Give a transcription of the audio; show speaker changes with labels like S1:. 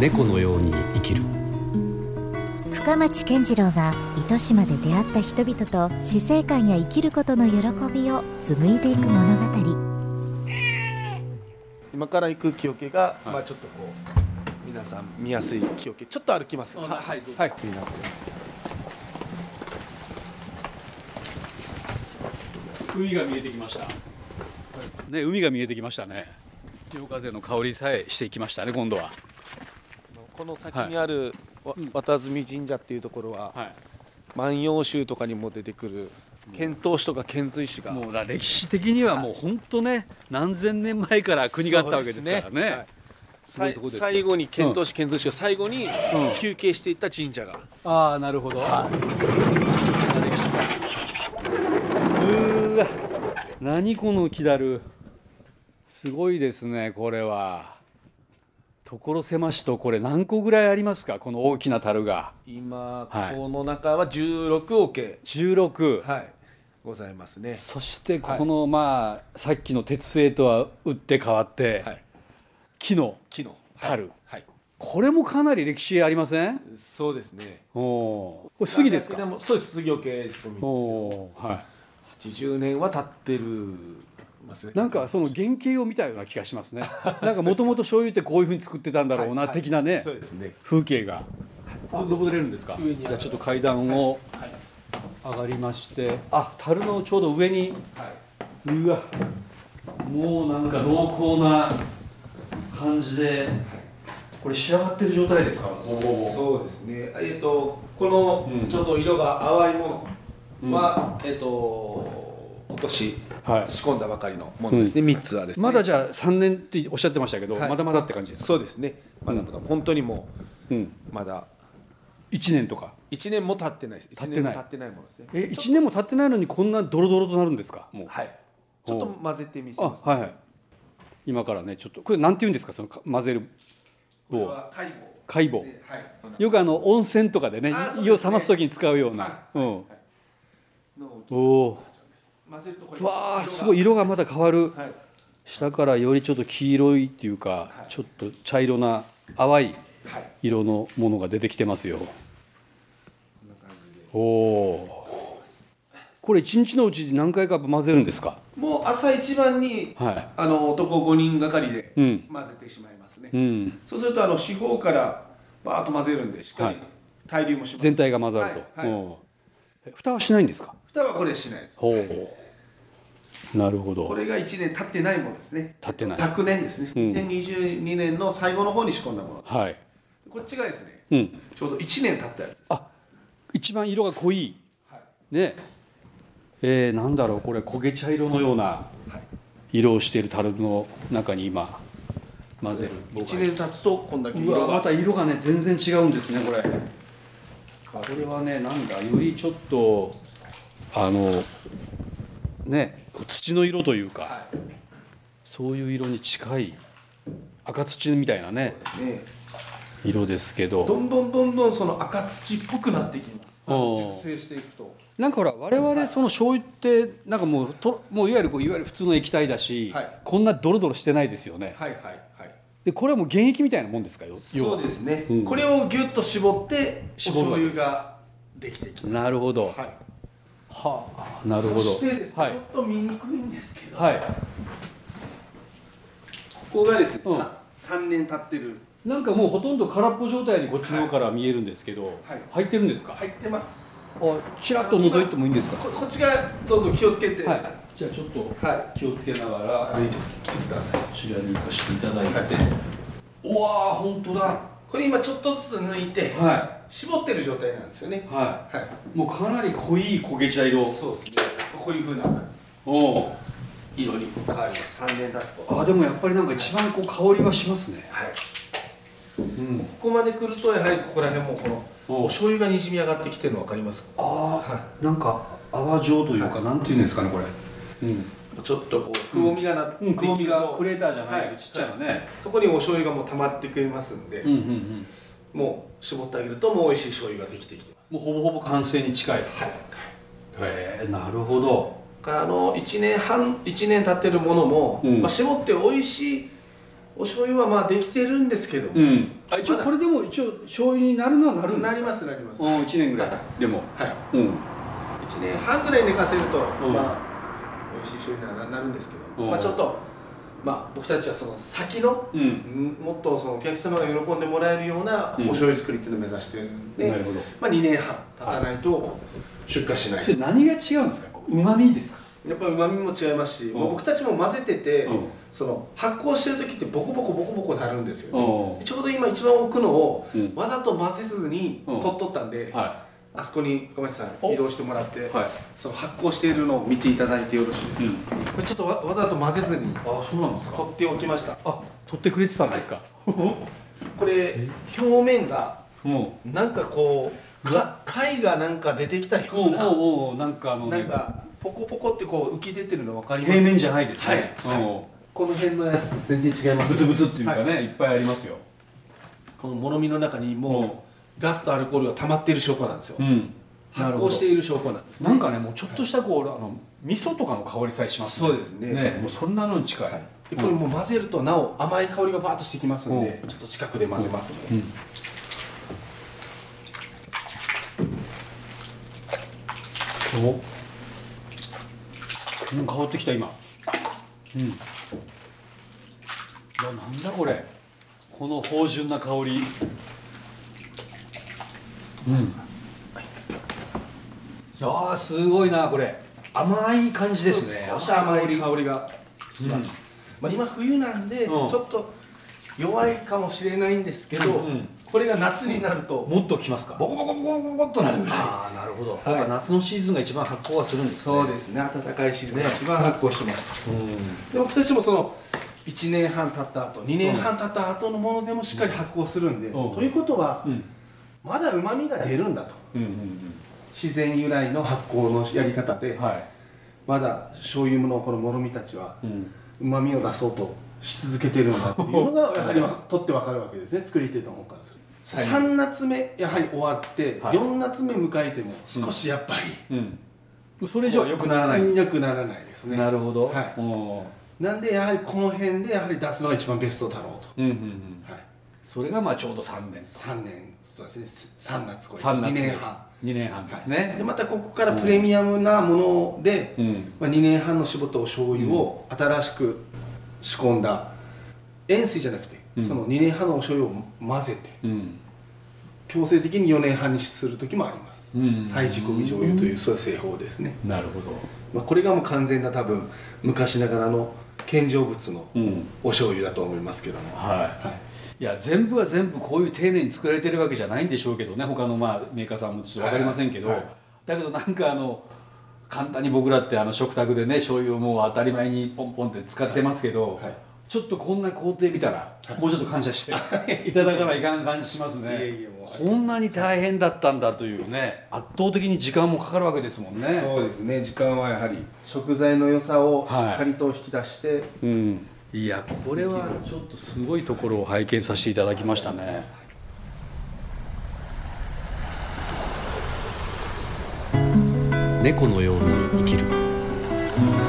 S1: 猫のように生きる
S2: 深町健次郎が糸島で出会った人々と死生観や生きることの喜びを紡いでいく物語
S3: 今から行く木桶が、まあちょっとこう皆さん見やすい木桶ちょっと歩きますはいはいはい気になって
S4: 海が見えてきました。ね、海が見えてきましたね。潮風の香りさえしてきましたね、今度は。
S3: この先にある、わ渡積神社っていうところは、
S4: は
S3: 万葉集とかにも出てくる遣唐使とか遣隋使
S4: い。
S3: が
S4: もうだ歴史的にはもう本当ね、何千年前から国があったわけですからね。
S3: はい
S4: すごいとこです
S3: 最後に遣唐使遣隋使が最後に休憩していった神社が、
S4: ああ、なるほど。うーわ、何この木だる。すごいですね、これは。所狭しとこれ何個ぐらいありますか、この大きな樽が。
S3: 今
S4: はい
S3: この中は16桶、
S4: 16。
S3: はい、ございますね
S4: そしてこの、まあさっきの鉄製とは打って変わって、
S3: はい
S4: 木の
S3: 木の
S4: 樽、
S3: はい
S4: これもかなり歴史ありません
S3: そうですね
S4: おおーこれ杉です
S3: で
S4: か
S3: もそうです杉桶
S4: おおーは
S3: 80年は経ってるますね
S4: い、なんかその原型を見たような気がしますねなんかもともと醤油ってこういうふうに作ってたんだろうな、
S3: はいはい
S4: 的なね
S3: そうですね
S4: 風景が登れるんですか
S3: 上に
S4: じゃあちょっと階段を上がりましてあ樽のちょうど上に
S3: は
S4: うわもうなんか濃厚な感じでこれ仕上がってる状態ですか
S3: そうですねえっとこ
S4: うん
S3: のちょっと色が淡いものは、えっと今年
S4: はい
S3: 仕込んだばかりのものですね、三3つはですね
S4: まだじゃあ3年っておっしゃってましたけど、
S3: はい
S4: まだまだって感じですか、
S3: そうですねまだまだ本当にも
S4: うん、
S3: うまだ
S4: 1年とか
S3: 1年も経ってないです
S4: 経
S3: 1
S4: って
S3: 年
S4: な
S3: も
S4: い
S3: 経ってないものですね
S4: え1年も経ってないのにこんなドロドロとなるんですかもう
S3: はいちょっと混ぜてみせ
S4: あ
S3: ます、
S4: はいはい今からねちょっとこれなんて言うんですかそのか混ぜる
S3: これ
S4: 棒
S3: は解剖
S4: 解剖
S3: はい
S4: よくあの温泉とかでね
S3: あそうですね
S4: 湯を冷ます時に使うような、
S3: は
S4: うん、
S3: のを
S4: おお
S3: 混ぜるとこれ
S4: ーわあすごい色がまた変わる
S3: はい
S4: 下からよりちょっと黄色いっていうか、
S3: い
S4: ちょっと茶色な淡い
S3: はい
S4: 色のものが出てきてますよ。おお。これ一日のうちに何回か混ぜるんですか。
S3: もう朝一番に
S4: は
S3: あの男5人がかりで
S4: い。うん。
S3: 混ぜてしまいますね、
S4: うん。
S3: そうするとあの四方からバーッと混ぜるんでしっかり
S4: はい
S3: 対流もします、
S4: 全体が混ざると。
S3: はいはい
S4: うんえ蓋はしないんですか。
S3: 蓋はこれしないです
S4: ほう。なるほ
S3: こ
S4: ど。
S3: れが1年経ってないものですね
S4: 経ってない
S3: 昨年ですね、
S4: うん
S3: 2022年の最後の方に仕込んだもの
S4: はい。
S3: こっちがですね
S4: うん。
S3: ちょうど1年経ったやつです
S4: あ、一番色が濃い。
S3: はい
S4: ね。えー、なんだろうこれ焦げ茶色のような色をしている樽の中に今混ぜる棒が入って
S3: 1年経つとこんだけ
S4: う
S3: 色
S4: わま
S3: が
S4: た色がね全然違うんですねこれこれはねなんかよりちょっとあのね土の色というか、
S3: は
S4: そういう色に近い赤土みたいなね
S3: ね
S4: 色ですけ
S3: ど
S4: ど
S3: んどんどんどんその赤土っぽくなってきます
S4: おー
S3: 熟成していくと
S4: なんかほら我々その醤油ってなんかもうともういわゆるこういわゆる普通の液体だし、
S3: はい
S4: こんなドロドロしてないですよね
S3: はいはいはい
S4: でこれはもう原液みたいなもんですかよ要
S3: そ
S4: は
S3: うですね、
S4: うん
S3: これをギュッと絞ってお
S4: 絞る
S3: 醤
S4: わけです
S3: 油ができていきま
S4: なるほど、
S3: すはい
S4: はあなるほど
S3: そしてですね、
S4: はい
S3: ちょっと見にくいんですけど、
S4: はい
S3: ここがですね、
S4: うん
S3: さ三年経ってる
S4: なんかもうほとんど空っぽ状態にこっちの方から見えるんですけど、
S3: はい
S4: 入ってるんですか、
S3: 入ってます。
S4: あちらっと覗いてもいいんですか
S3: ここっちがどうぞ気をつけて、
S4: はいじゃあちょっと
S3: は
S4: 気をつけながら
S3: 歩いてきてください。
S4: こちらに行かせていただいて、
S3: は
S4: おわあ本当だは
S3: これ今ちょっとずつ抜いて、
S4: い
S3: 絞ってる状態なんですよね。
S4: は
S3: はい。
S4: いもうかなり濃い焦げ茶色
S3: そうですね。こういう風な
S4: おう
S3: 色に変わります。三年経つと。
S4: あでもやっぱりなんか一番こう香りはしますね
S3: はい。
S4: うん
S3: ここまで来るとやはりここら辺もこの
S4: お
S3: お醤油がにじみ上がってきてるの分かりますか。
S4: ああ、
S3: は
S4: なんか泡状というか、なんていうんですかねこれうん、
S3: ちょっとこうくぼみがな、
S4: うん、くぼみがクレーターじゃない、
S3: はい
S4: ちっちゃいのね、
S3: そこにお醤油がもう溜まってくれますんで、
S4: うんうんうん
S3: もう絞ってあげるともう美味しい醤油ができてきてま
S4: もうほぼほぼ完成に近い
S3: す。はい。
S4: へえなるほど
S3: だあの1年半1年経ってるものも、
S4: うん
S3: まあ、絞って美味しいお醤油はまあできてるんですけど、
S4: うんあ一応
S3: まだ
S4: これでも一応醤油になるのはなるんで
S3: な
S4: す
S3: り
S4: か
S3: ますなります、
S4: ああ1年ぐらいでも
S3: はい
S4: うん
S3: 1年半ぐらい寝かせると、
S4: ん
S3: まあ美味しい醤油にはななるんですけど、
S4: うん
S3: まあ、ちょっとまあ僕たちはその先の
S4: うん
S3: もっとそのお客様が喜んでもらえるようなお
S4: うん
S3: 醤油作りっていうのを目指してるんで、
S4: なるほど
S3: まあ、2年半経たないと出荷しない、
S4: それ何が違うんですかうまみですか
S3: やっぱりうまみも違いますし、
S4: うん
S3: もう僕たちも混ぜてて、
S4: うん
S3: その発酵してる時ってボコボコボコボコなるんですよ、ね
S4: お
S3: ちょうど今一番置くのを、
S4: うん
S3: わざと混ぜずに
S4: うん
S3: 取っとったんで、
S4: は
S3: あそこに小林さん
S4: お
S3: 移動してもらって、
S4: はい
S3: その発酵しているのを見ていただいてよろしいですか、
S4: うん
S3: これちょっとわわざと混ぜずに
S4: あそうなんです
S3: 取っておきました
S4: あ取ってくれてたんですか、
S3: これ表面が
S4: も
S3: なんかこうか貝がなんか出てきたよ
S4: うお
S3: う
S4: うお
S3: な
S4: うおうなんかあの
S3: な
S4: ね
S3: んかポコポコってこう浮き出てるの分かります
S4: 平面じゃないですね、
S3: はい
S4: おう
S3: この辺のやつと全然違います
S4: ブツブツっていうか
S3: は
S4: ね、い、っぱいありますよ
S3: このもろみの中に
S4: うん
S3: もうガスとアルコールが溜まっている証拠なんですよ、
S4: ん
S3: 発酵している証拠なんですね
S4: なんかねもうちょっとしたこう、あの味噌とかの香りさえしますね
S3: そうですね
S4: もうそんなのに近い、
S3: でこれもう混ぜるとなお甘い香りがバーッとしてきますんで、
S4: う
S3: ちょっと近くで混ぜますので、
S4: うんおうん、香ってきた今うんいやなんだこれこの芳醇な香りうんいやーすごいなこれ甘い感じですね
S3: 少し甘い香りが、まあ、今冬なんで、
S4: うん
S3: ちょっと弱いかもしれないんですけど、
S4: うんうん
S3: これが夏になると、
S4: もっときますか
S3: ボコボコボコボコっとなるぐらい
S4: ああなるほど、
S3: い
S4: やっぱ夏のシーズンが一番発酵はするんですね
S3: そうですね暖かいシーズンが一番発酵してます
S4: うん
S3: で僕たちもその1年半経った後2年半経った後のものでもしっかり発酵するんで、
S4: うん
S3: ということは、
S4: うん
S3: まだうまみが出るんだと
S4: うんうん
S3: 自然由来の発酵のやり方で、
S4: うんはい、
S3: まだ醤油のこのもろみたちは
S4: うん、
S3: うまみを出そうとし続けてるんだっていう のがやはりわ取ってわかるわけですね作り手の方からする
S4: はい
S3: 3夏目やはり終わって、
S4: はい
S3: 4夏目迎えても少しやっぱり、
S4: うん、それ以上は良くならない、
S3: 良くならないですね
S4: なるほど、
S3: はい
S4: おー
S3: なんでやはりこの辺でやはり出すのが一番ベストだろうと、
S4: うんうんうん、
S3: はい、
S4: それがまあちょうど3年
S3: 3年そうですね3夏超え
S4: 3
S3: 2
S4: 夏
S3: 年半
S4: 2年半です
S3: は
S4: ね
S3: い、でまたここからプレミアムなもので、
S4: うん
S3: まあ、2年半の絞ったお醤油を新しく仕込んだ塩水じゃなくて、
S4: うん
S3: その2年半のお醤油を混ぜて
S4: うん
S3: 強制的に4年半にする時もありま
S4: う
S3: す、
S4: ん
S3: 再仕込み醤油というそういう製法ですね、
S4: なるほど、
S3: まあ、これがもう完全な多分昔ながらの献上物の
S4: うん
S3: お醤油だと思いますけども、
S4: はい
S3: はい
S4: いや全部は全部こういう丁寧に作られてるわけじゃないんでしょうけどね他のまあメーカーさんもちょっと分かりませんけど、
S3: はいはい
S4: だけどなんかあの簡単に僕らってあの食卓でね醤油をもう当たり前にポンポンって使ってますけど、
S3: はいはい
S4: ちょっとこんな工程見たら、
S3: はい
S4: もうちょっと感謝していただかないかん感じしますね
S3: いえいえもう
S4: こんなに大変だったんだというね圧倒的に時間もかかるわけですもんね
S3: そうですね時間はやはり食材の良さをしっかりと引き出して、
S4: うん、いやこれはちょっとすごいところを拝見させていただきましたね
S1: 猫のように生きる